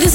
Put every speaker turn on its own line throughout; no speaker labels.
this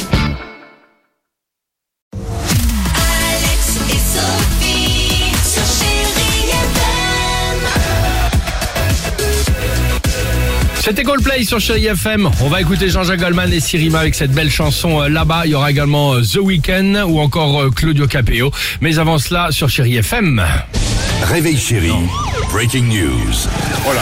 Alex et Sophie sur Chéri FM.
C'était Coldplay sur Chéri FM. On va écouter Jean-Jacques Goldman et Sirima avec cette belle chanson euh, là-bas. Il y aura également euh, The Weeknd ou encore euh, Claudio Capeo. Mais avant cela, sur Chéri FM.
Réveil Chérie, Breaking News.
Voilà.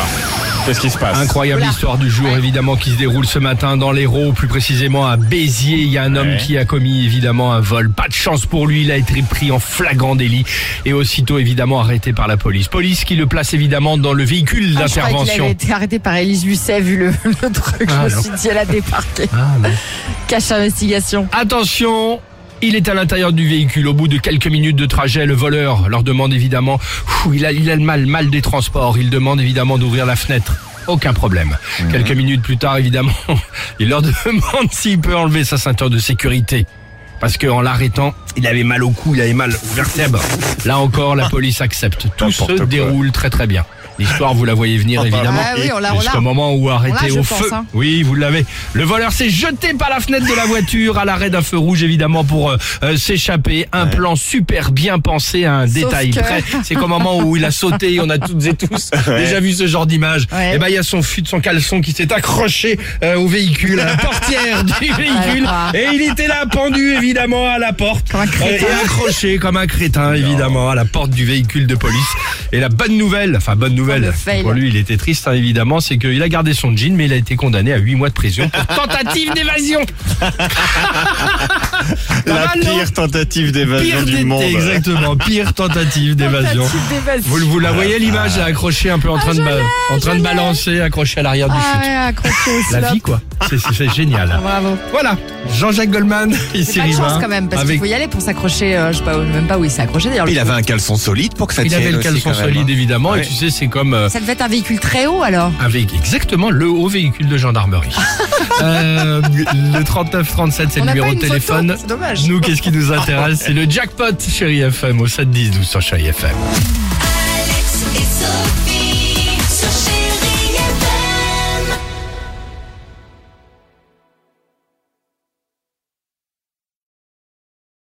Qu'est-ce qui se passe
Incroyable histoire du jour, évidemment, qui se déroule ce matin dans l'Hérault, plus précisément à Béziers. Il y a un homme
Ouais.
qui a commis, évidemment, un vol. Pas de chance pour lui. Il a été pris en flagrant délit et aussitôt, évidemment, arrêté par la police. Police qui le place, évidemment, dans le véhicule
Ah, je croyais qu'il avait
d'intervention.
été arrêté par Élise Lucet vu le, le truc.
Ah,
je
non.
me suis dit, elle a débarqué.
Ah, non.
Cache investigation.
Attention il est à l'intérieur du véhicule. Au bout de quelques minutes de trajet, le voleur leur demande évidemment, Ouh, il a, il a le mal, mal des transports. Il demande évidemment d'ouvrir la fenêtre. Aucun problème.
Mhm.
Quelques minutes plus tard, évidemment, il leur demande s'il peut enlever sa ceinture de sécurité. Parce qu'en l'arrêtant, il avait mal au cou, il avait mal aux vertèbres. Là encore, la police accepte. Tout
N'importe
se
quoi.
déroule très très bien. L'histoire, vous la voyez venir évidemment.
Ah oui, on l'a- on l'a.
Jusqu'au moment où arrêté
On l'a, je
au
pense,
feu.
hein.
Oui, vous l'avez. Le voleur s'est jeté par la fenêtre de la voiture à l'arrêt d'un feu rouge, évidemment, pour euh, euh, s'échapper. Un plan super bien pensé à un détail
que-
près. C'est qu'au moment où il a sauté, on a toutes et tous déjà vu ce genre d'image.
Ouais.
Et ben, il y a son fut de son caleçon qui s'est accroché euh, au véhicule, à la portière du véhicule.
Ah.
Et il était là, pendu, évidemment, à la porte.
Comme un crétin.
Euh, Et accroché comme un crétin, évidemment, à la porte du véhicule de police. Et la bonne nouvelle, enfin, bonne nouvelle.
le fail.
Pour lui, il était triste, hein, évidemment, c'est qu'il a gardé son jean, mais il a été condamné à 8 mois de prison pour tentative d'évasion.
La
mal, non
pire tentative d'évasion
Pire
du
d'été,
monde.
exactement. Pire tentative d'évasion.
Tentative Ah. d'évasion.
Vous, le- vous la voyez l'image là, accrochée un peu en train, de, ba- en train de balancer, accrochée à l'arrière du
Ah
chute.
ouais, accroché au
La
slop. Ah,
vie quoi, c'est- c'est c'est génial.
Bravo.
Voilà, Jean-Jacques Goldman,
C'est
ici
pas de chance
Rivain,
quand même, parce
avec
qu'il faut y aller pour s'accrocher. euh, je sais pas, où- même pas où il s'est accroché d'ailleurs. le
Il
coup.
avait un caleçon solide pour que ça
Il
tienne
avait le
aussi,
caleçon
quand
hein.
même.
solide évidemment
Ouais.
et tu sais c'est comme euh,
Ça devait être un véhicule très haut alors.
avec exactement le haut véhicule de gendarmerie. Euh, le 3937 c'est
On
le
n'a pas
numéro de
une photo,
téléphone.
c'est dommage.
Nous qu'est-ce qui nous intéresse C'est le jackpot chérie FM au 7 10 12 sur chérie FM.
Alex et Sophie.